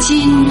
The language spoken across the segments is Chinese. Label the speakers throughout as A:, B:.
A: 金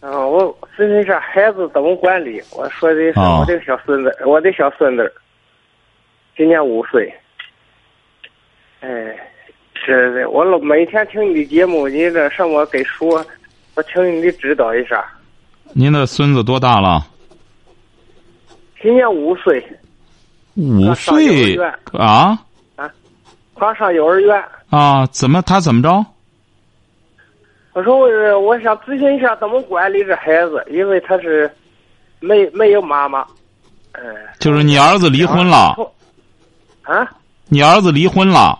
B: 嗯、我咨询一下孩子怎么管理。我说的是
C: 哦
B: 我这个小孙子，我的小孙子，今年五岁。哎，是的，我老每天听你的节目，你这上我给说，我请你的指导一下。
C: 您的孙子多大了？
B: 今年五岁，
C: 五
B: 刚上幼儿
C: 岁
B: 园
C: 啊
B: 刚上幼儿园。
C: 啊？怎么他怎么着？
B: 我说我是我想咨询一下怎么管理这孩子，因为他是没没有妈妈。嗯、
C: 就是你儿子离婚了，
B: 啊？
C: 你儿子离婚了，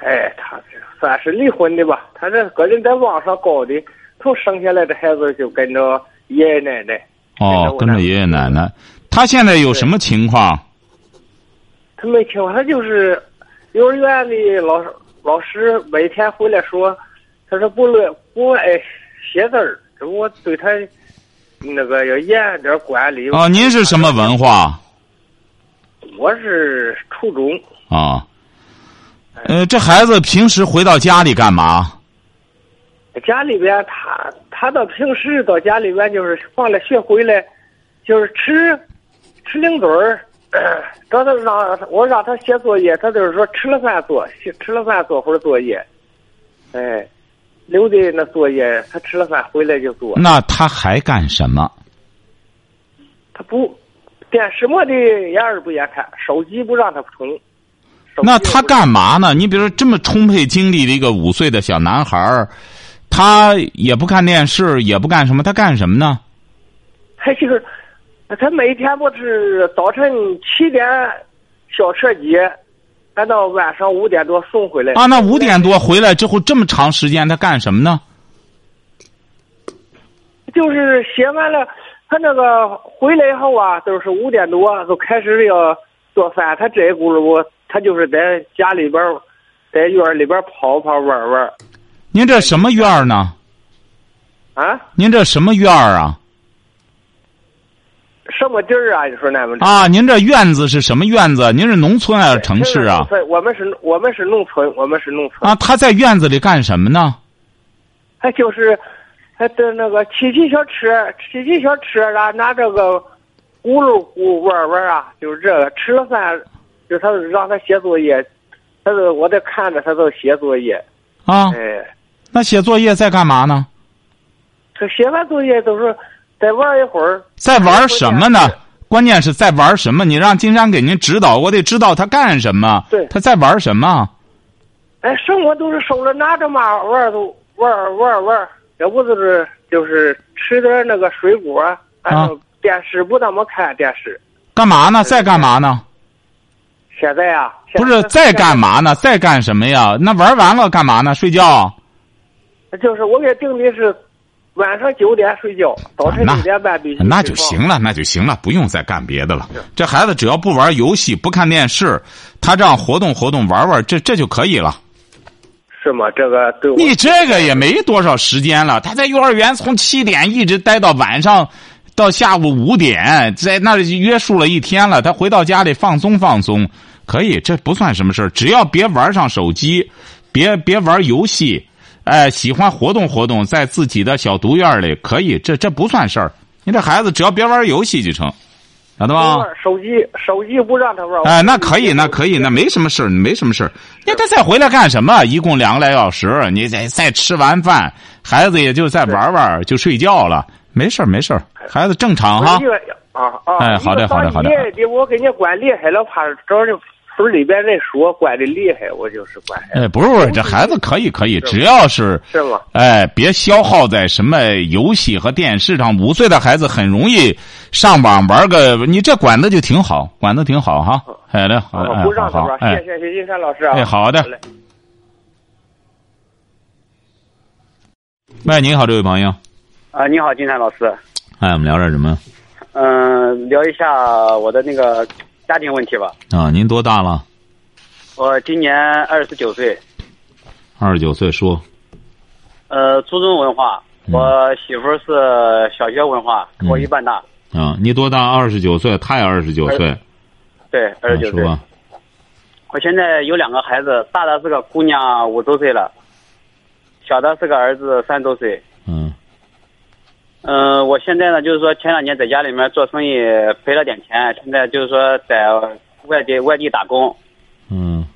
B: 哎，他这算是离婚的吧？他这个人在网上搞的，从生下来这孩子就跟着爷爷奶奶，
C: 哦，
B: 跟
C: 跟
B: 着我奶奶
C: 着爷爷奶奶。他现在有什么情况？
B: 他没听话，他就是幼儿园的老师老师每天回来说，他说不乐不爱写字儿，只不过对他那个要严点管理。
C: 啊，您是什么文化
B: 我是初中，
C: 啊？
B: 哎
C: 呃，这孩子平时回到家里干嘛？
B: 家里边他他到平时到家里边就是放了学回来，就是吃，吃零嘴儿。让他让我让他写作业，他就是说吃了饭做，写吃了饭做会儿作业。哎，留的那作业他吃了饭回来就做，
C: 那他还干什么？
B: 他不电视么的眼儿不眼看，手机不让他充。手机
C: 那他
B: 不
C: 干嘛呢？你比如说这么充沛精力的一个五岁的小男孩儿，他也不看电视，也不干什么，他干什么呢？
B: 他就是，他每天不是早晨七点小车接，还到晚上五点多送回来。
C: 啊，那五点多回来之后这么长时间，他干什么呢？
B: 就是写完了，他那个回来以后啊，就是五点多就开始要做饭。他这一轱辘不，他就是在家里边儿，在院儿里边儿跑跑玩玩
C: 您这什么院儿呢？
B: 啊，
C: 您这什么院儿啊？
B: 什么地儿啊？你说那们
C: 啊，您这院子是什么院子？啊您是农村还是城市
B: 这是农
C: 啊？
B: 村我们是，我们是农村，我们是农村。
C: 啊，他在院子里干什么呢？
B: 他就是他的那个骑骑小车，骑骑小车啊，拿这个轱辘轱玩玩啊，就是这个。吃了饭，就他让他写作业，他就我得看着他都写作业。
C: 啊，
B: 哎，
C: 那写作业在干嘛呢？
B: 他写完作业都是再玩一会儿。
C: 在玩
B: 玩
C: 什么呢？？关键是在玩什么？你让金山给您指导，我得知道他干什么
B: 对。
C: 他在玩什么？
B: 哎，生活都是手里拿着嘛，玩儿都玩儿玩儿玩儿，要不就是就是吃点那个水果，反
C: 啊
B: 正电视不怎么看电视。
C: 干嘛呢？在干嘛呢？
B: 现在啊，
C: 不是在干嘛呢？在干什么呀？那玩完了干嘛呢？睡觉？
B: 就是我给定的是晚上九点睡觉，早晨
C: 啊那
B: 六点半必须起床
C: 那就行。了，那就行了，不用再干别的了。这孩子只要不玩游戏、不看电视，他这样活动活动、玩玩，这这就可以了。
B: 是吗？这个对我
C: 你这个也没多少时间了，他在幼儿园从七点一直待到晚上，到下午五点，在那里约束了一天了。他回到家里放松放松，可以，这不算什么事儿，只要别玩上手机，别别玩游戏，哎，喜欢活动活动，在自己的小独院里可以，这这不算事儿。你这孩子只要别玩游戏就成，晓得
B: 不
C: 吧？
B: 玩手机手机不让他玩。
C: 啊哎，那可以，那可以，那没什么事儿，没什么事儿。那他再回来干什么？一共两个来小时，你再再吃完饭，孩子也就再玩玩儿就睡觉了，没事儿，没事儿，孩子正常哈
B: 一。个啊啊！
C: 哎好的
B: 一个
C: 好的
B: 当
C: 好的
B: 爷爷的我给人家管厉害了，怕找人村里边人说管的厉害，我就是管害，
C: 哎，不是不是，这孩子可以可以，只要是
B: 是吗？
C: 哎，别消耗在什么游戏和电视上。五岁的孩子很容易上网玩个，你这管的就挺好，管的挺好哈。好的，好的，
B: 啊
C: 哎
B: 不让他
C: 好好
B: 玩。
C: 哎
B: 谢谢谢金山老师啊。
C: 哎好的
B: 嘞。
C: 喂，您好，这位朋友。
D: 啊、你好，金山老师。
C: 哎，我们聊点什么
D: 嗯、聊一下我的那个家庭问题吧。
C: 啊？您多大了？
D: 我今年二十九岁，
C: 二十九岁，说，
D: 呃，初中文化，
C: 嗯
D: 我媳妇儿是小学文化，跟我一般大，
C: 啊，你多大？二十九岁，太二十九岁，
D: 对，二
C: 啊
D: 十九
C: 说
D: 岁。
C: 吧。
D: 我现在有两个孩子，大的是个姑娘，五周岁了，小的是个儿子，三周岁。
C: 嗯
D: 嗯、我现在呢，就是说前两年在家里面做生意赔了点钱，现在就是说在外地外地打工，
C: 嗯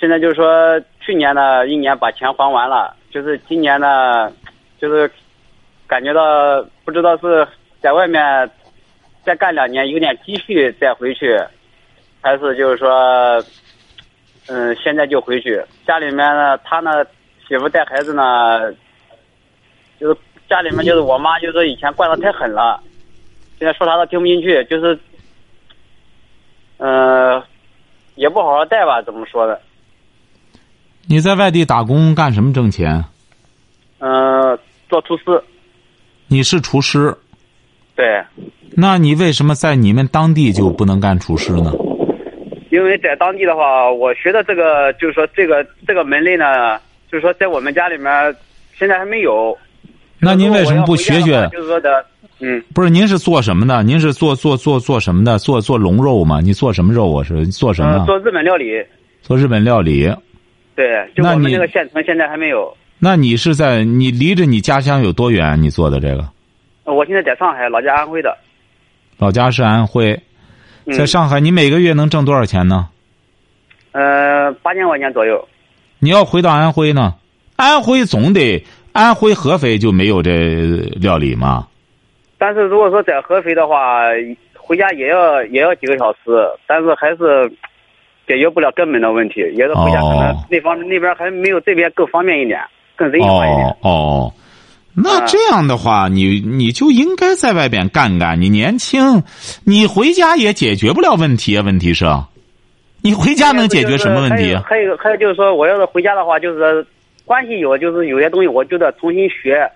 D: 现在就是说去年呢一年把钱还完了，就是今年呢，就是感觉到不知道是在外面再干两年有点积蓄再回去，还是就是说，嗯，现在就回去。家里面呢，他呢媳妇带孩子呢，就是家里面就是我妈就是以前惯的太狠了，现在说啥都听不进去，就是，呃，也不好好带吧，怎么说呢？
C: 你在外地打工干什么挣钱？
D: 嗯，做厨师，
C: 你是厨师，
D: 对，
C: 那你为什么在你们当地就不能干厨师呢？
D: 因为在当地的话，我学的这个就是说这个这个门类呢，就是说在我们家里面现在还没有。
C: 那您为什么不
D: 如果我
C: 学
D: 要回家
C: 学
D: 的话？就是说的，嗯，
C: 不是，您是做什么的？您是做做做做什么的？做做龙肉吗？你做什么肉啊？是做什么
D: 呃，
C: 啊？
D: 做日本料理，
C: 做日本料理。
D: 对，就
C: 那
D: 我们
C: 你
D: 那个县城现在还没有。
C: 那你是在你离着你家乡有多远？啊你做的这个，
D: 呃我现在在上海，老家安徽的。
C: 老家是安徽，
D: 嗯、
C: 在上海，你每个月能挣多少钱呢？
D: 呃八千块钱左右。
C: 你要回到安徽呢？安徽总得安徽合肥就没有这料理吗？
D: 但是如果说在合肥的话，回家也要也要几个小时，但是还是解决不了根本的问题。也是回家可能
C: 哦
D: 那方、那边还没有这边更方便一点，更人性化一点。
C: 哦哦，那
D: 啊
C: 这样的话，你你就应该在外边干干。你年轻，你回家也解决不了问题啊。问题是，你回家能解决什么问题啊？
D: 还有还有还有就是说，我要是回家的话，就是关系有，就是有些东西我就得重新学。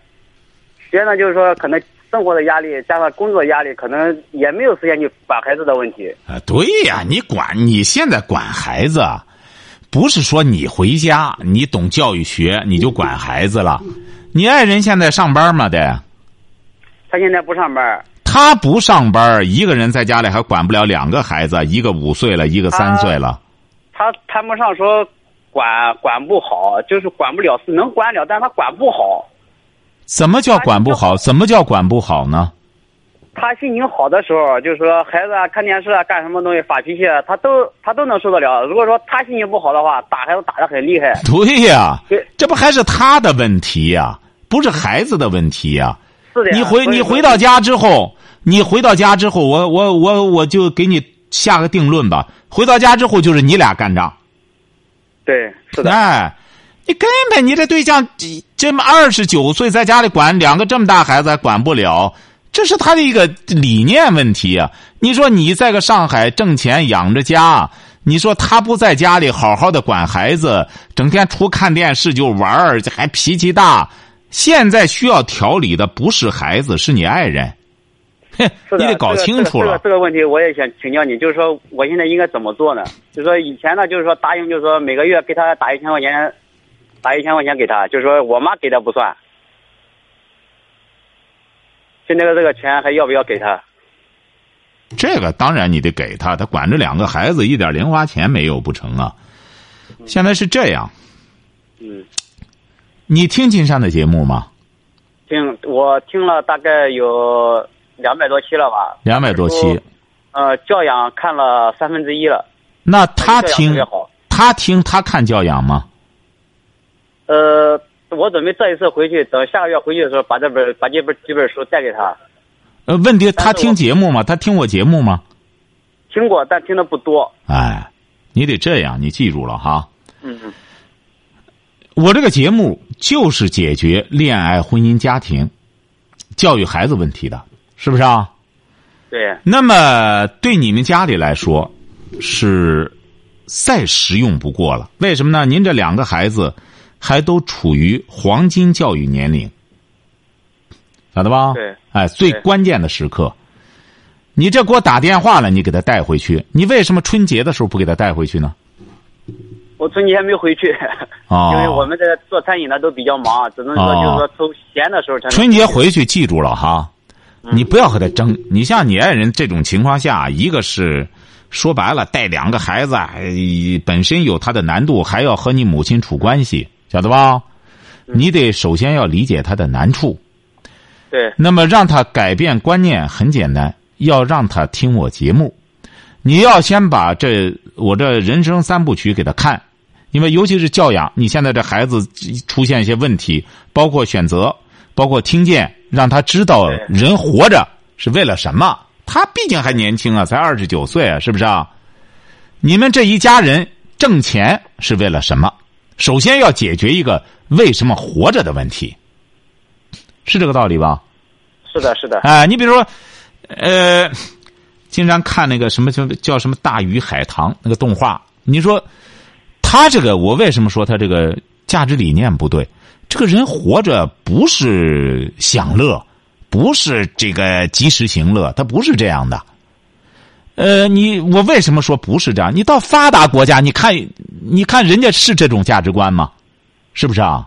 D: 学呢，就是说可能生活的压力加上工作压力，可能也没有时间去管孩子的问题。
C: 啊，对呀、你管你现在管孩子，啊不是说你回家你懂教育学你就管孩子了。你爱人现在上班吗？得，
D: 他现在不上班，
C: 他不上班，一个人在家里还管不了两个孩子，一个五岁了，一个三岁
D: 啊
C: 了。
D: 他谈不上说管管不好，就是管不了，是能管了，但他管不好。
C: 怎么叫管不好？怎么叫管不好呢？
D: 他心情好的时候，就是说孩子啊看电视啊干什么东西发脾气啊，他都他都能受得了。如果说他心情不好的话，打孩子打得很厉害。
C: 对呀、
D: 对
C: 这不还是他的问题呀、不是孩子的问题呀、
D: 是的呀。
C: 你回
D: 啊所
C: 你
D: 以说
C: 回到家之后，你回到家之后，我我我我就给你下个定论吧。回到家之后就是你俩干仗，
D: 对是的。
C: 哎，你根本你这对象这这么二十九岁，在家里管两个这么大孩子还管不了，这是他的一个理念问题呀、你说你在个上海挣钱养着家，你说他不在家里好好的管孩子，整天除看电视就玩儿，这还脾气大。现在需要调理的不是孩子，是你爱人。哼，
D: 是的
C: 你得搞清楚
D: 这个这个
C: 了。
D: 这个问题我也想请教你，就是说我现在应该怎么做呢？就是说以前呢，就是说答应，就是说每个月给他打一千块钱，打一千块钱给他，就是说我妈给的不算。现在的这个钱还要不要给他？
C: 这个当然你得给他，他管着两个孩子，一点零花钱没有不成啊？现在是这样，
D: 嗯，
C: 你听金山的节目吗？
D: 听我听了大概有两百多期了吧，
C: 两百多期
D: 哦，呃，教养看了三分之一了，
C: 那他
D: 教养特
C: 听
D: 别好。
C: 他听他看教养吗？
D: 呃，我准备这一次回去，等下个月回去的时候，把这本把这本几本书带给他。
C: 呃，问题
D: 但
C: 他
D: 是
C: 听
D: 我
C: 节目吗？他听我节目吗？
D: 听过，但听的不多。
C: 哎，你得这样，你记住了哈。
D: 嗯，
C: 我这个节目就是解决恋爱、婚姻、家庭、教育孩子问题的，是不是啊？
D: 对，
C: 那么对你们家里来说，是再实用不过了。为什么呢？您这两个孩子还都处于黄金教育年龄，晓得吧？
D: 对
C: 哎，最
D: 对
C: 关键的时刻，你这给我打电话了，你给他带回去，你为什么春节的时候不给他带回去呢？
D: 我春节还没回去，
C: 哦
D: 因为我们这个做餐饮的都比较忙，啊只能说
C: 哦
D: 就是说嗯抽闲的时候才能。
C: 春节回去记住了哈，你不要和他争。你像你爱人这种情况下，一个是说白了带两个孩子，哎本身有他的难度，还要和你母亲处关系，晓得吧？
D: 嗯
C: 你得首先要理解他的难处，
D: 对
C: 那么让他改变观念很简单，要让他听我节目。你要先把这我这人生三部曲给他看，因为尤其是教养，你现在这孩子出现一些问题，包括选择，包括听见，让他知道
D: 对
C: 人活着是为了什么。他毕竟还年轻啊，才二十九岁啊，是不是啊？你们这一家人挣钱是为了什么？首先要解决一个为什么活着的问题，是这个道理吧？
D: 是的，是的，
C: 哎，你比如说，呃，经常看那个什么叫叫什么《大鱼海棠》那个动画，你说他这个，我为什么说他这个价值理念不对？这个人活着不是享乐，不是这个及时行乐，他不是这样的。呃，你我为什么说不是这样？你到发达国家，你看，你看人家是这种价值观吗？是不是啊？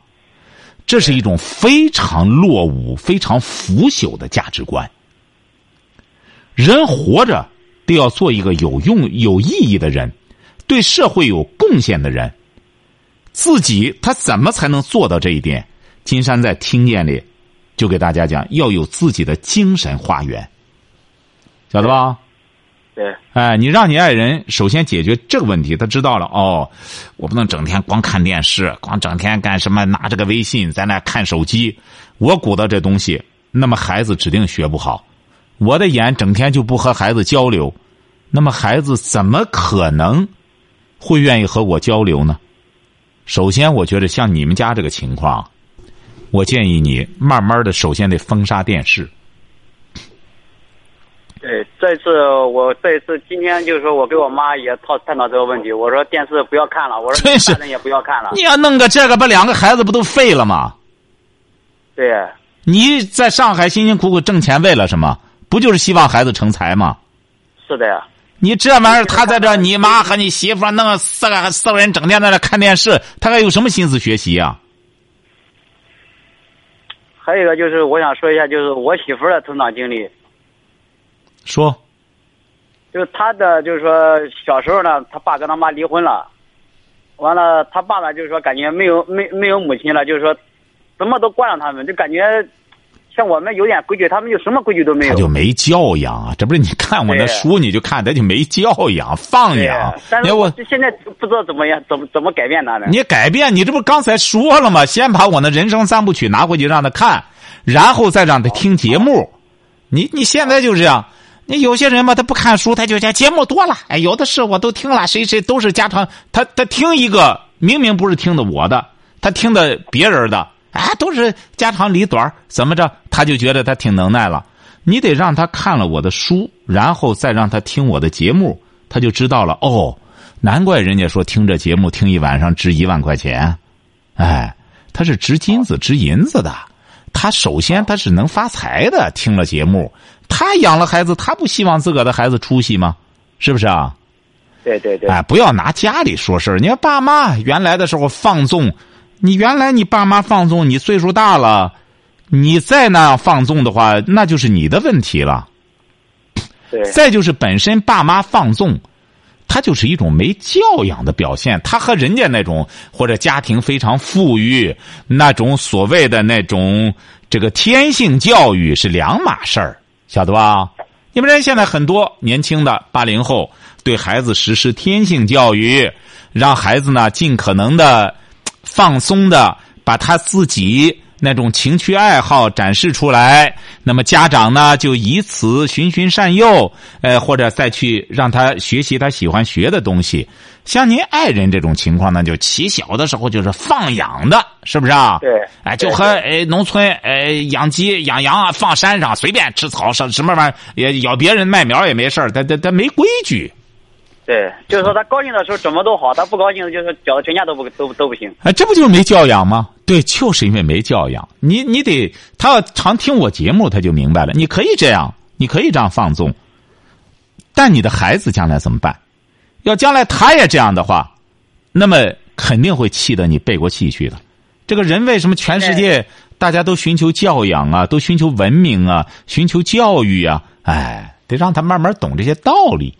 C: 这是一种非常落伍、非常腐朽的价值观。人活着都要做一个有用、有意义的人，对社会有贡献的人。自己他怎么才能做到这一点？金山在听见里就给大家讲，要有自己的精神花园，晓得吧？
D: 对
C: 哎，你让你爱人首先解决这个问题，他知道了哦，我不能整天光看电视，光整天干什么拿着个微信在那看手机，我鼓捣这东西，那么孩子指定学不好。我的眼整天就不和孩子交流，那么孩子怎么可能会愿意和我交流呢？首先，我觉得像你们家这个情况，我建议你慢慢的，首先得封杀电视。
D: 对。这一次我这一次今天就是说我跟我妈也讨探讨这个问题，我说电视不要看了，我说
C: 真是
D: 你大人也不要看了
C: 你，要弄个这个，把两个孩子不都废了吗？
D: 对
C: 你在上海辛辛苦苦挣钱，为了什么？不就是希望孩子成才吗？
D: 是的呀，
C: 你这玩意儿，他在这儿，你妈和你媳妇儿弄四个四个人整天在那看电视，他还有什么心思学习啊呀、
D: 还有一个就是我想说一下，就是我媳妇儿的成长经历，
C: 说
D: 就是她的就是说小时候呢，她爸跟她妈离婚了，完了她爸呢就是说感觉没有没没有母亲了，就是说什么都惯着他们，就感觉像我们有点规矩，他们就什么规矩都没
C: 他
D: 有。
C: 就没教养啊！这不是你看我那
D: 对
C: 书你就看，他就没教养放
D: 对啊
C: 养。
D: 但
C: 你
D: 是
C: 看我
D: 就现在不知道怎么样，怎么怎么改变他呢？
C: 你改变，你这不刚才说了吗？先把我那人生三部曲拿回去让他看，然后再让他听节目。你你现在就这样，你有些人吧，他不看书，他就讲节目多了，哎，有的是我都听了，谁谁都是家常。他他听一个明明不是听的我的，他听的别人的，哎，都是家长里短儿怎么着？他就觉得他挺能耐了。你得让他看了我的书，然后再让他听我的节目，他就知道了。哦，难怪人家说听这节目听一晚上值一万块钱，哎，他是值金子、值银子的。他首先他是能发财的，听了节目，他养了孩子，他不希望自个儿的孩子出息吗？是不是啊？
D: 对对对，
C: 哎，不要拿家里说事儿。你看爸妈原来的时候放纵，你原来你爸妈放纵，你岁数大了，你再那样放纵的话，那就是你的问题了。
D: 对
C: 再就是本身爸妈放纵，他就是一种没教养的表现。他和人家那种或者家庭非常富裕那种所谓的那种这个天性教育是两码事儿，晓得吧？你们人现在很多年轻的八零后对孩子实施天性教育，让孩子呢尽可能的放松的把他自己那种情趣爱好展示出来，那么家长呢就以此循循善诱，呃，或者再去让他学习他喜欢学的东西。像您爱人这种情况呢，就起小的时候就是放养的，是不是啊？
D: 对
C: 哎，就
D: 对
C: 和哎农村哎养鸡养羊啊，放山上随便吃草什什么玩意儿，也咬别人麦苗也没事儿，他他他没规矩。
D: 对，就是说他高兴的时候怎么都好，他不高兴的就是觉得全家都不都都不行。
C: 哎，这不就是没教养吗？对，就是因为没教养。你你得，他要常听我节目，他就明白了。你可以这样，你可以这样放纵，但你的孩子将来怎么办？要将来他也这样的话，那么肯定会气得你背过气去的。这个人为什么全世界大家都寻求教养啊，都寻求文明啊，寻求教育啊？哎，得让他慢慢懂这些道理。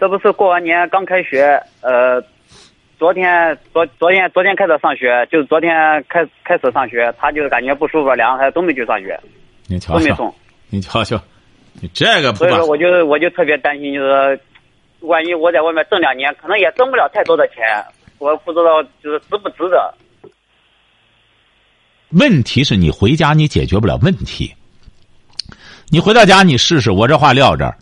D: 这不是过完年刚开学，呃，昨天昨昨天昨天开始上学，就是昨天开开始上学，他就是感觉不舒服，两个孩子都没去上学，
C: 您
D: 都
C: 瞧
D: 没
C: 瞧，
D: 送，
C: 您瞧瞧，你这个不
D: 所以
C: 管
D: 说我就我就特别担心，就是说万一我在外面挣两年，可能也挣不了太多的钱，我不知道就是值不值得。
C: 问题是你回家你解决不了问题。你回到家你试试，我这话撂这儿，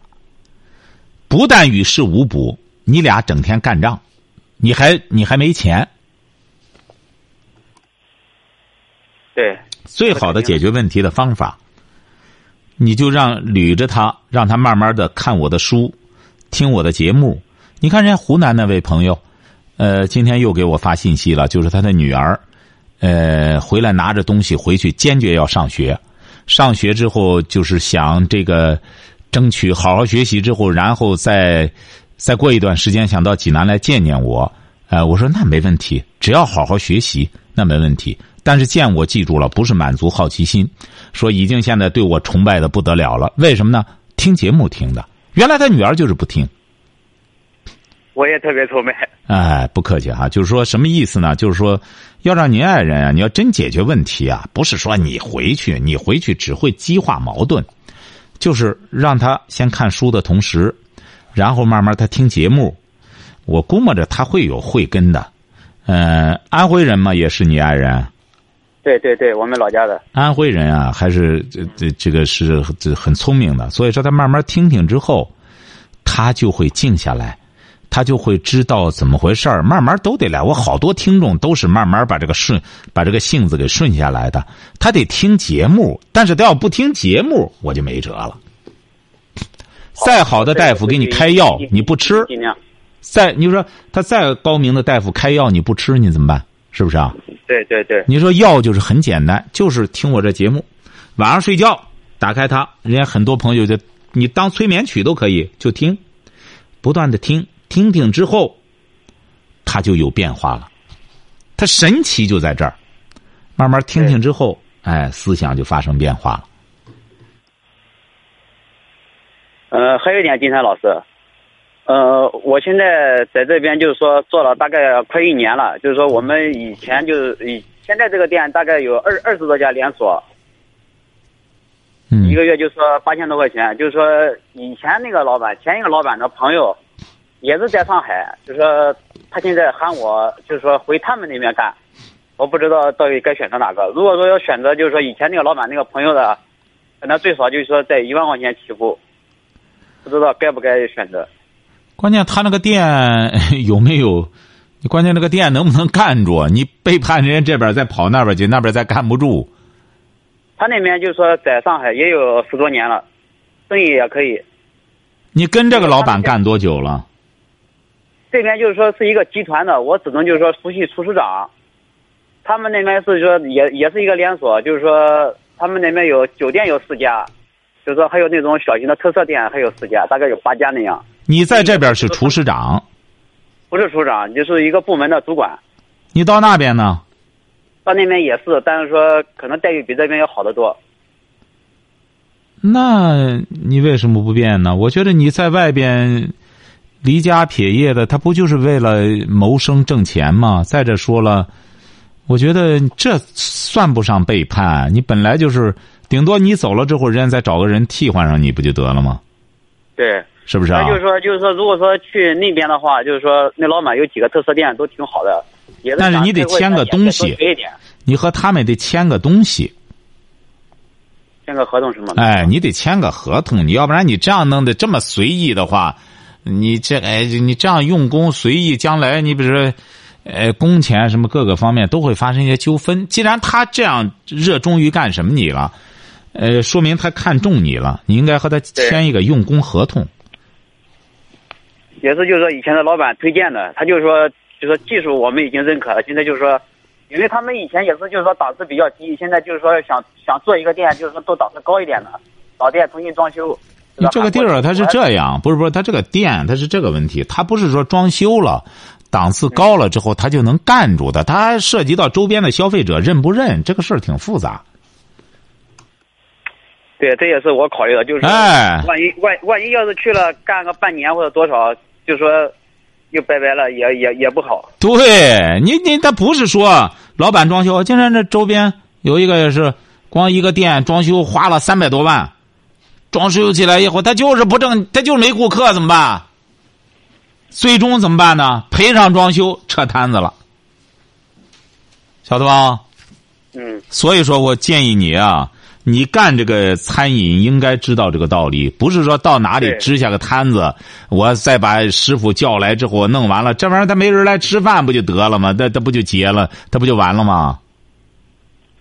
C: 不但与事无补，你俩整天干仗，你还你还没钱。
D: 对，
C: 最好的解决问题的方法，你就让捋着他，让他慢慢的看我的书，听我的节目。你看人家湖南那位朋友，呃，今天又给我发信息了，就是他的女儿，呃，回来拿着东西回去，坚决要上学。上学之后就是想这个争取好好学习之后，然后再再过一段时间想到济南来见见我。呃，我说那没问题，只要好好学习，那没问题。但是见我记住了，不是满足好奇心，说已经现在对我崇拜的不得了了。为什么呢？听节目听的，原来他女儿就是不听。
D: 我也特别愁眉。
C: 哎，不客气哈、就是说什么意思呢？就是说，要让您爱人啊，你要真解决问题啊，不是说你回去，你回去只会激化矛盾，就是让他先看书的同时，然后慢慢他听节目，我估摸着他会有慧根的。呃，安徽人嘛，也是你爱人，
D: 对对对，我们老家的。
C: 安徽人啊，还是这这这个是这很聪明的，所以说他慢慢听听之后，他就会静下来，他就会知道怎么回事儿，慢慢都得来。我好多听众都是慢慢把这个顺把这个性子给顺下来的，他得听节目，但是他要不听节目，我就没辙了。再好的大夫给你开药，你不吃，
D: 尽量。
C: 再你说他再高明的大夫开药你不吃，你怎么办？是不是啊？
D: 对对对，
C: 你说药就是很简单，就是听我这节目，晚上睡觉打开它，人家很多朋友就你当催眠曲都可以，就听，不断的听，听听之后，他就有变化了，他神奇就在这儿，慢慢听听之后，哎，思想就发生变化了。
D: 呃，还有一点，金山老师，呃，我现在在这边就是说做了大概快一年了，就是说我们以前就是以现在这个店大概有二二十多家连锁，
C: 嗯
D: 一，个月就说八千多块钱，就是说以前那个老板，前一个老板的朋友，也是在上海，就是说他现在喊我，就是说回他们那边干，我不知道到底该选择哪个。如果说要选择，就是说以前那个老板那个朋友的，可能最少就是说在一万块钱起步，不知道该不该选择。
C: 关键他那个店有没有？关键那个店能不能干住？你背叛人家这边儿再跑那边儿去，那边儿再干不住。
D: 他那边就是说在上海也有十多年了，生意也可以。
C: 你跟这个老板干多久了？
D: 这边就是说是一个集团的，我只能就是说熟悉厨师长。他们那边是说也也是一个连锁，就是说他们那边有酒店有四家，就是说还有那种小型的特色店还有四家，大概有八家那样。
C: 你在这边是厨师长，
D: 不是厨长，就是一个部门的主管。
C: 你到那边呢？
D: 到那边也是，但是说可能待遇比这边要好得多。
C: 那你为什么不变呢？我觉得你在外边离家撇业的，他不就是为了谋生挣钱吗？再者说了，我觉得这算不上背叛，你本来就是，顶多你走了之后，人家再找个人替换上你不就得了吗？
D: 对，
C: 是不是
D: 那
C: 啊？
D: 就是说就是说，如果说去那边的话，就是说那老板有几个特色店都挺好的，也
C: 但是
D: 想
C: 你得
D: 再为
C: 签
D: 了
C: 个
D: 也
C: 东
D: 再多
C: 西
D: 学一点，
C: 你和他们得签个东西，
D: 签个合同什么的。
C: 哎，你得签个合同，你要不然你这样弄得这么随意的话，你这哎你这样用工随意，将来你比如说，呃，工钱什么各个方面都会发生一些纠纷。既然他这样热衷于干什么你了，呃，说明他看中你了，你应该和他签一个用工合同。
D: 也是就是说以前的老板推荐的，他就说就说技术我们已经认可了，现在就是说因为他们以前也是就是说档次比较低，现在就是说想想做一个店，就是说做档次高一点的，老店重新装修。
C: 你这个地儿它是这样，不是不是，它这个店它是这个问题，它不是说装修了，档次高了之后它就能干住的，它还涉及到周边的消费者认不认，这个事儿挺复杂。
D: 对，这也是我考虑的，就是
C: 哎
D: 万一万万一要是去了干个半年或者多少，就说又拜拜了，也也也不好。
C: 对你你他不是说老板装修，竟然这周边有一个也是光一个店装修花了三百多万，装修起来以后他就是不挣，他就是没顾客怎么办？最终怎么办呢？赔上装修，撤摊子了，晓得吧？
D: 嗯，
C: 所以说我建议你啊，你干这个餐饮应该知道这个道理，不是说到哪里
D: 对
C: 支下个摊子，我再把师傅叫来之后我弄完了，这玩意儿他没人来吃饭不就得了吗？那他不就结了，他不就完了吗？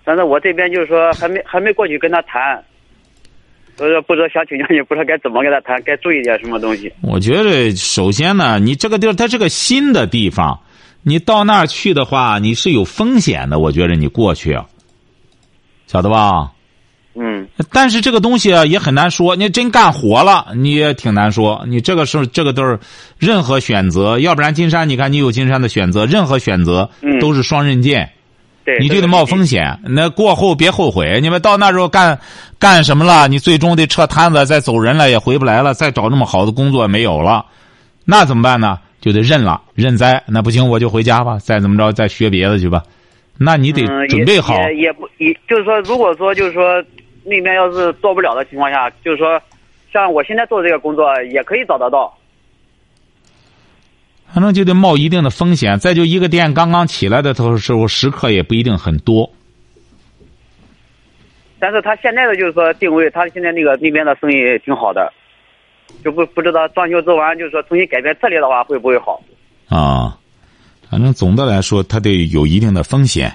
D: 但是我这边就是说还没还没过去跟他谈，所以说不知道想请教你，不知道该怎么跟他谈，该注意点什么东西。
C: 我觉得首先呢，你这个地儿它是个新的地方，你到那儿去的话，你是有风险的。我觉得你过去，晓得吧？
D: 嗯，
C: 但是这个东西啊也很难说，你真干活了，你也挺难说。你这个是这个都是任何选择，要不然金山，你看你有金山的选择，任何选择
D: 嗯
C: 都是双刃剑，
D: 对，
C: 你就得冒风险。那过后别后悔，你们到那时候干干什么了？你最终得撤摊子，再走人了，也回不来了，再找那么好的工作没有了，那怎么办呢？就得认了，认栽。那不行，我就回家吧，再怎么着，再学别的去吧。那你得
D: 嗯，
C: 准备好。
D: 也也也不也就是说，如果说就是说那边要是做不了的情况下，就是说像我现在做这个工作也可以找得到。
C: 反正就得冒一定的风险。再就一个店刚刚起来的时候，食客也不一定很多。
D: 但是他现在的就是说定位，他现在那个那边的生意挺好的，就不不知道装修做完就是说重新改变策略的话会不会好？
C: 啊，反正总的来说，它得有一定的风险。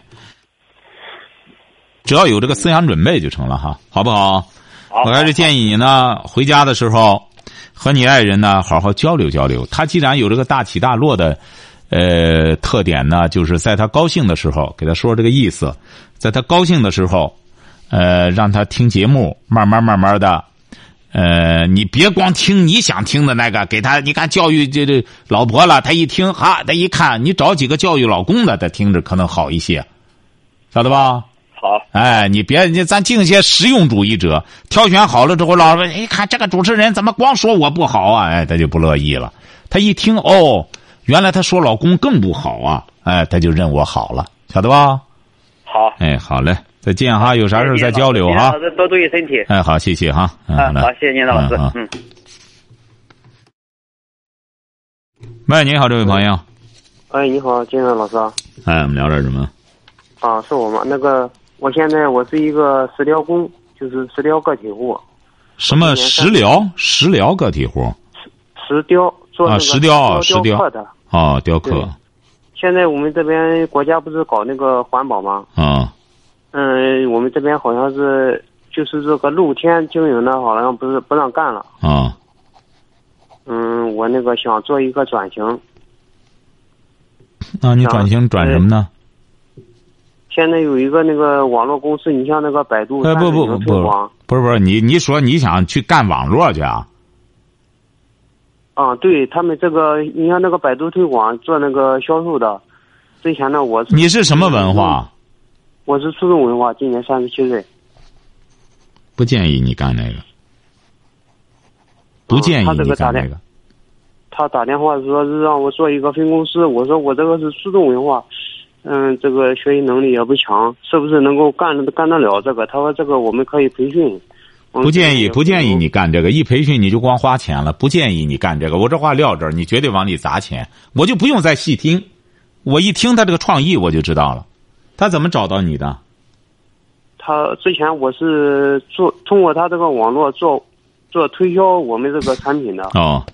C: 只要有这个思想准备就成了哈，好不好？
D: 好，
C: 我还是建议你呢，回家的时候和你爱人呢好好交流交流。他既然有这个大起大落的呃特点呢，就是在他高兴的时候给他说这个意思，在他高兴的时候，呃，让他听节目，慢慢慢慢的。呃，你别光听你想听的那个，给他你看教育这这老婆了，他一听哈，他一看你找几个教育老公的，他听着可能好一些，晓得吧？
D: 好，
C: 哎，你别，你咱敬些实用主义者，挑选好了之后，老师一看这个主持人怎么光说我不好啊？哎，他就不乐意了。他一听哦，原来他说老公更不好啊，哎，他就认我好了，晓得吧？
D: 好，
C: 哎，好嘞，再见哈，有啥事儿再交流哈
D: 老。师多注意身体。
C: 哎，好，谢谢哈。嗯，
D: 嗯，
C: 嘞
D: 好，谢谢您老师
C: 嗯好。
D: 嗯，
C: 喂，你好，这位朋友，
E: 哎，你好，金山老师啊，
C: 哎，我们聊点什么？
E: 啊，是我吗？那个，我现在我是一个食疗工，就是食疗个体户，
C: 什么
E: 我今年
C: 食疗？食疗个体户？
E: 石雕做
C: 啊
E: 那个
C: 石雕啊石
E: 雕
C: 雕
E: 雕刻的。
C: 哦，雕刻
E: 对现在我们这边国家不是搞那个环保吗？
C: 啊
E: 嗯，我们这边好像是就是这个露天经营的，好像不是不让干了。
C: 啊
E: 嗯，我那个想做一个转型，
C: 那你转型转什么呢？
E: 现在有一个那个网络公司，你像那个百度，
C: 哎，
E: 它
C: 不
E: 是
C: 不
E: 有
C: 不
E: 推
C: 不
E: 广，
C: 不是不是，你你说你想去干网络去啊？
E: 啊，对他们这个，你像那个百度推广做那个销售的，之前呢，我是
C: 你是什么文
E: 嗯
C: 化？
E: 我是初中文化，今年三十七岁。
C: 不建议你干那个，不建议
E: 嗯他这
C: 你
E: 个
C: 干
E: 咋的
C: 那个。
E: 他打电话说是让我做一个分公司，我说我这个是初中文化，嗯，这个学习能力也不强，是不是能够干得干得了这个？他说这个我们可以培训。我们
C: 不建议，不建议
E: 有
C: 你干这个。一培训你就光花钱了，不建议你干这个。我这话撂这儿，你绝对往里砸钱，我就不用再细听。我一听他这个创意，我就知道了，他怎么找到你的？
E: 他之前我是做通过他这个网络做做推销我们这个产品的。
C: 哦，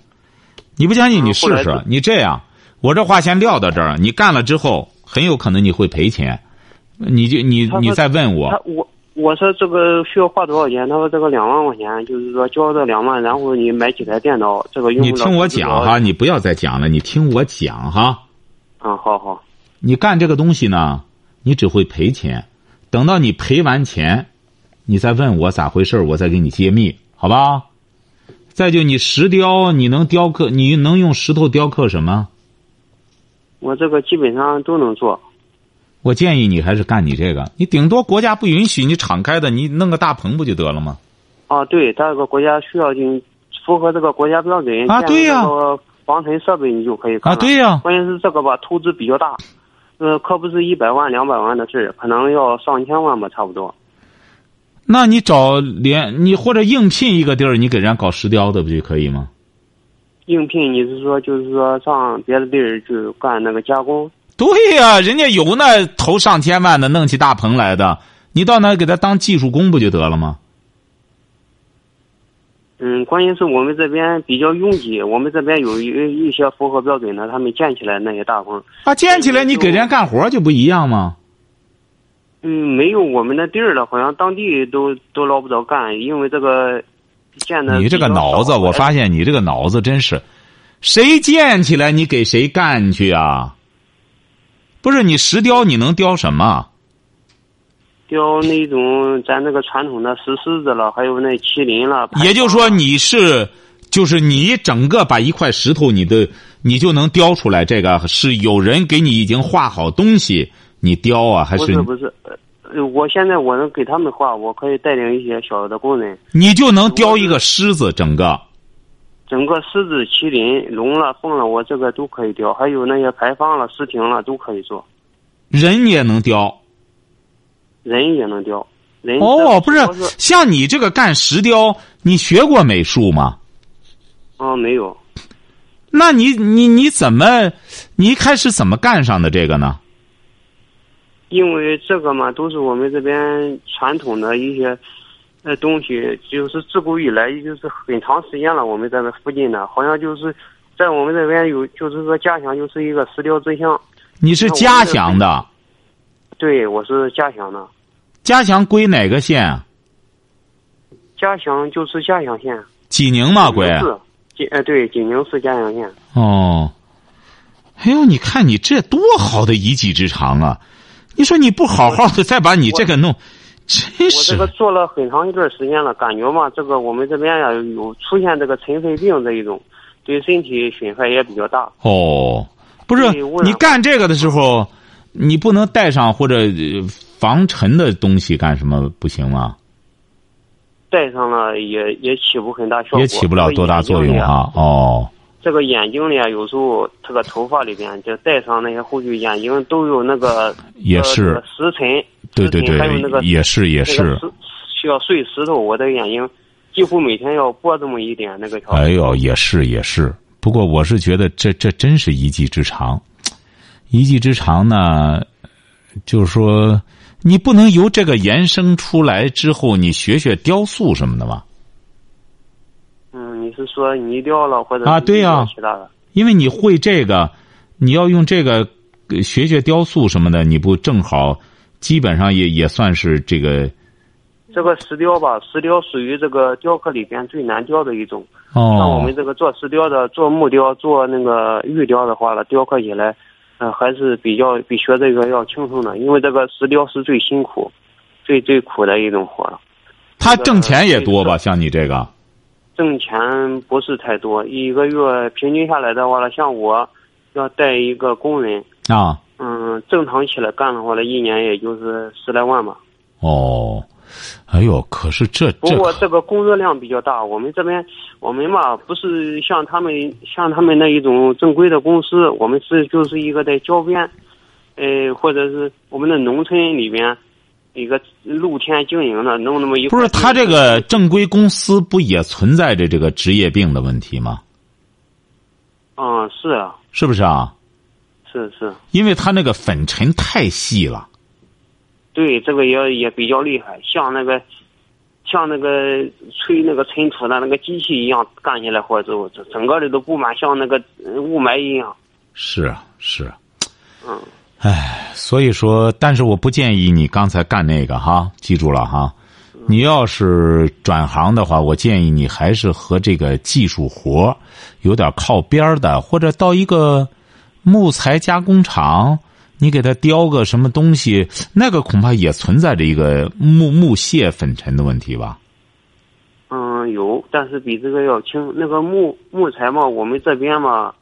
C: 你不相信你
E: 嗯后
C: 试
E: 来
C: 试
E: 就？
C: 你这样，我这话先撂到这儿。你干了之后，很有可能你会赔钱。你就你
E: 他说
C: 你再问我，
E: 他我我说这个需要花多少钱？他说这个两万块钱，就是说交这两万，然后你买几台电脑，这个用
C: 你
E: 不了
C: 听我
E: 多
C: 讲
E: 少
C: 哈，你不要再讲了，你听我讲哈。
E: 嗯，好好。
C: 你干这个东西呢，你只会赔钱。等到你赔完钱，你再问我咋回事儿我再给你揭秘，好吧？再就你石雕，你能雕刻，你能用石头雕刻什么？
E: 我这个基本上都能做。
C: 我建议你还是干你这个，你顶多国家不允许你敞开的，你弄个大棚不就得了吗？
E: 啊，对，它这个国家需要你符合这个国家标准
C: 啊对呀
E: 建这个防尘设备你就可以干
C: 啊，
E: 了
C: 对呀、
E: 关键是这个吧，投资比较大，呃，可不是一百万、两百万的事儿，可能要上千万吧，差不多。
C: 那你找连你或者应聘一个地儿，你给人家搞石雕的不就可以吗？
E: 应聘你是说就是说上别的地儿去干那个加工？
C: 对呀、人家有那投上千万的弄起大棚来的，你到那儿给他当技术工不就得了吗？
E: 嗯，关键是我们这边比较拥挤，我们这边有一一些符合标准的，他们建起来那些大棚，
C: 啊，建起来你给人家干活就不一样吗？
E: 嗯，没有我们的地儿了，好像当地都都捞不着干，因为这个建的
C: 你这个脑子，
E: 哎
C: 我发现你这个脑子真是，谁建起来你给谁干去啊？不是你石雕你能雕什么？
E: 雕那种咱那个传统的石狮子了，还有那麒麟了，
C: 也就是说你是，就是你整个把一块石头，你的你就能雕出来。这个是有人给你已经画好东西，你雕啊，还
E: 不
C: 是
E: 是不是，呃，我现在我能给他们画，我可以带领一些小的工人，
C: 你就能雕一个狮子？整个
E: 整个狮子、麒麟、龙了、凤了，我这个都可以雕，还有那些牌坊了、狮亭了都可以做，
C: 人也能雕
E: 人也能雕。人
C: 哦，不是
E: 主要是
C: 像你这个干石雕，你学过美术吗？
E: 啊、没有，
C: 那你你你怎么，你一开始怎么干上的这个呢？
E: 因为这个嘛，都是我们这边传统的一些呃东西，就是自古以来，就是很长时间了。我们这个附近的，好像就是在我们这边有，就是说家乡就是一个石雕之乡。
C: 你是
E: 那我
C: 嘉
E: 是
C: 祥的，
E: 对，我是嘉祥的，
C: 嘉祥归哪个县？啊
E: 嘉祥就是嘉祥县。
C: 济宁吗？归？
E: 是，济呃对，济宁市嘉阳县。
C: 哦，哎呦，你看你这多好的一技之长啊！你说你不好好的再把你这个弄，真
E: 我这
C: 是
E: 个做了很长一段时间了，感觉嘛，这个我们这边呀、有出现这个尘肺病这一种，对身体损害也比较大。
C: 哦，不是
E: 对我
C: 你干这个的时候，你不能带上或者呃防尘的东西干什么不行吗？
E: 戴上了也也起不很大效果，
C: 也起不了多大作用
E: 啊。
C: 啊！哦，
E: 这个眼睛里啊，有时候这个头发里边就戴上那些护具，眼睛都有那个
C: 也是
E: 呃这个石沉，
C: 对对
E: 石沉还有那个
C: 对，也是也
E: 那
C: 是
E: 个，石需要碎石头，我的眼睛几乎每天要拨这么一点那个条。
C: 哎呦，也是也是。不过我是觉得这这真是一技之长，一技之长呢，就是说你不能由这个延伸出来之后，你学学雕塑什么的吧，
E: 嗯，你是说泥雕了或者
C: 啊对呀
E: 呀，其他的。
C: 因为你会这个，你要用这个呃学学雕塑什么的，你不正好基本上也也算是这个
E: 这个石雕吧，石雕属于这个雕刻里边最难雕的一种。像我
C: 哦
E: 们。这个做石雕的、做木雕、做那个玉雕的话呢，雕刻起来，呃，还是比较比学这个要轻松的，因为这个石雕是最辛苦、最最苦的一种活儿，
C: 他挣钱也多吧？像你这个，
E: 挣钱不是太多，一个月平均下来的话呢，像我要带一个工人，
C: 啊，
E: 嗯，正常起来干的话呢，一年也就是十来万吧。
C: 哦，哎呦，可是这
E: 不
C: 这
E: 过这个工作量比较大，我们这边我们嘛不是像他们像他们那一种正规的公司，我们是就是一个在郊边，呃，或者是我们的农村里边一个露天经营的，弄那么一
C: 不是他这个正规公司不也存在着这个职业病的问题吗？
E: 嗯是啊
C: 是不是啊？
E: 是是，
C: 因为他那个粉尘太细了，
E: 对这个也也比较厉害，像那个像那个吹那个尘土的那个机器一样干起来活之后，整整个的都布满像那个呃雾霾一样，
C: 是啊是啊。
E: 嗯。
C: 所以说，但是我不建议你刚才干那个哈，记住了哈。你要是转行的话，我建议你还是和这个技术活儿有点靠边儿的，或者到一个木材加工厂，你给他雕个什么东西，那个恐怕也存在着一个木木屑粉尘的问题吧？
E: 嗯，有，但是比这个要轻。那个木木材嘛，我们这边嘛，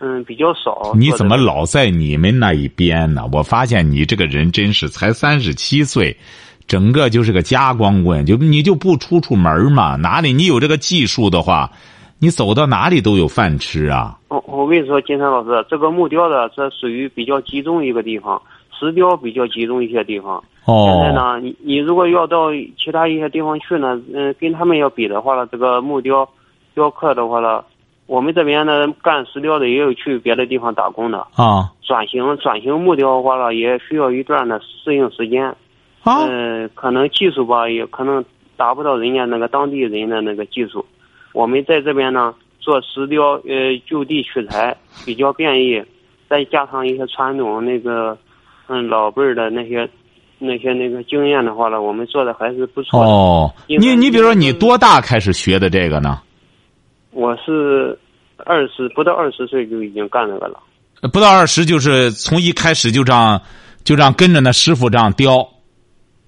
E: 嗯，比较少。
C: 你怎么老在你们那一边呢？我发现你这个人真是才三十七岁，整个就是个家光棍，就你就不出出门嘛？哪里你有这个技术的话，你走到哪里都有饭吃啊！
E: 我我跟你说，金山老师，这个木雕的这属于比较集中一个地方，石雕比较集中一些地方。现在
C: 哦，
E: 呢，你你如果要到其他一些地方去呢，嗯、跟他们要比的话呢，这个木雕雕刻的话呢，我们这边呢干石雕的也有去别的地方打工的，
C: 啊
E: 转型转型木雕的话呢，也需要一段的适应时间。
C: 啊，
E: 呃，可能技术吧，也可能达不到人家那个当地人的那个技术。我们在这边呢做石雕，呃，就地取材比较便宜，再加上一些传统那个，嗯，老辈儿的那些那些那个经验的话呢，我们做的还是不错的。
C: 哦，
E: 因为
C: 你你比如说你多大开始学的这个呢？
E: 我是二十不到二十岁就已经干这个了。
C: 呃不到二十，就是从一开始就这样，就这样跟着那师傅这样雕。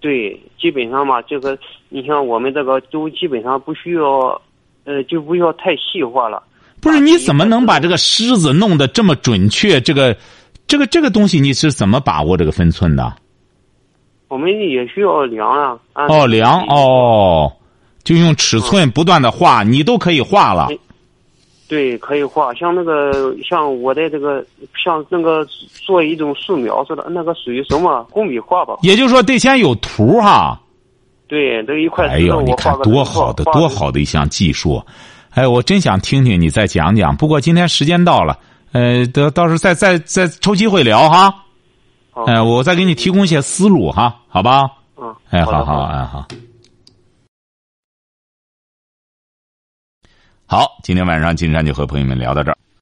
E: 对，基本上吧，这个你像我们这个都基本上不需要，呃，就不要太细化了。
C: 不是，你怎么能把这个狮子弄得这么准确？这个，这个，这个东西你是怎么把握这个分寸
E: 啊
C: 的？
E: 我们也需要量啊。按
C: 哦，量。哦，就用尺寸不断的画，你都可以画了。
E: 对，可以画，像那个像我的这个像那个做一种素描似的，那个属于什么工笔画吧？
C: 也就是说，得先有图哈。
E: 对，这一块
C: 哎
E: 石头
C: 呦，你
E: 我
C: 看
E: 画个
C: 多
E: 图画
C: 好的，
E: 画个
C: 多好的一项技术！哎，我真想听听你再讲讲。不过今天时间到了，呃，到到时候再再再抽机会聊哈。
E: 好
C: 哎，我再给你提供一些思路哈，好吧？
E: 嗯，
C: 哎，
E: 好
C: 好
E: 的
C: 好，
E: 的
C: 哎好。好，今天晚上金山就和朋友们聊到这儿。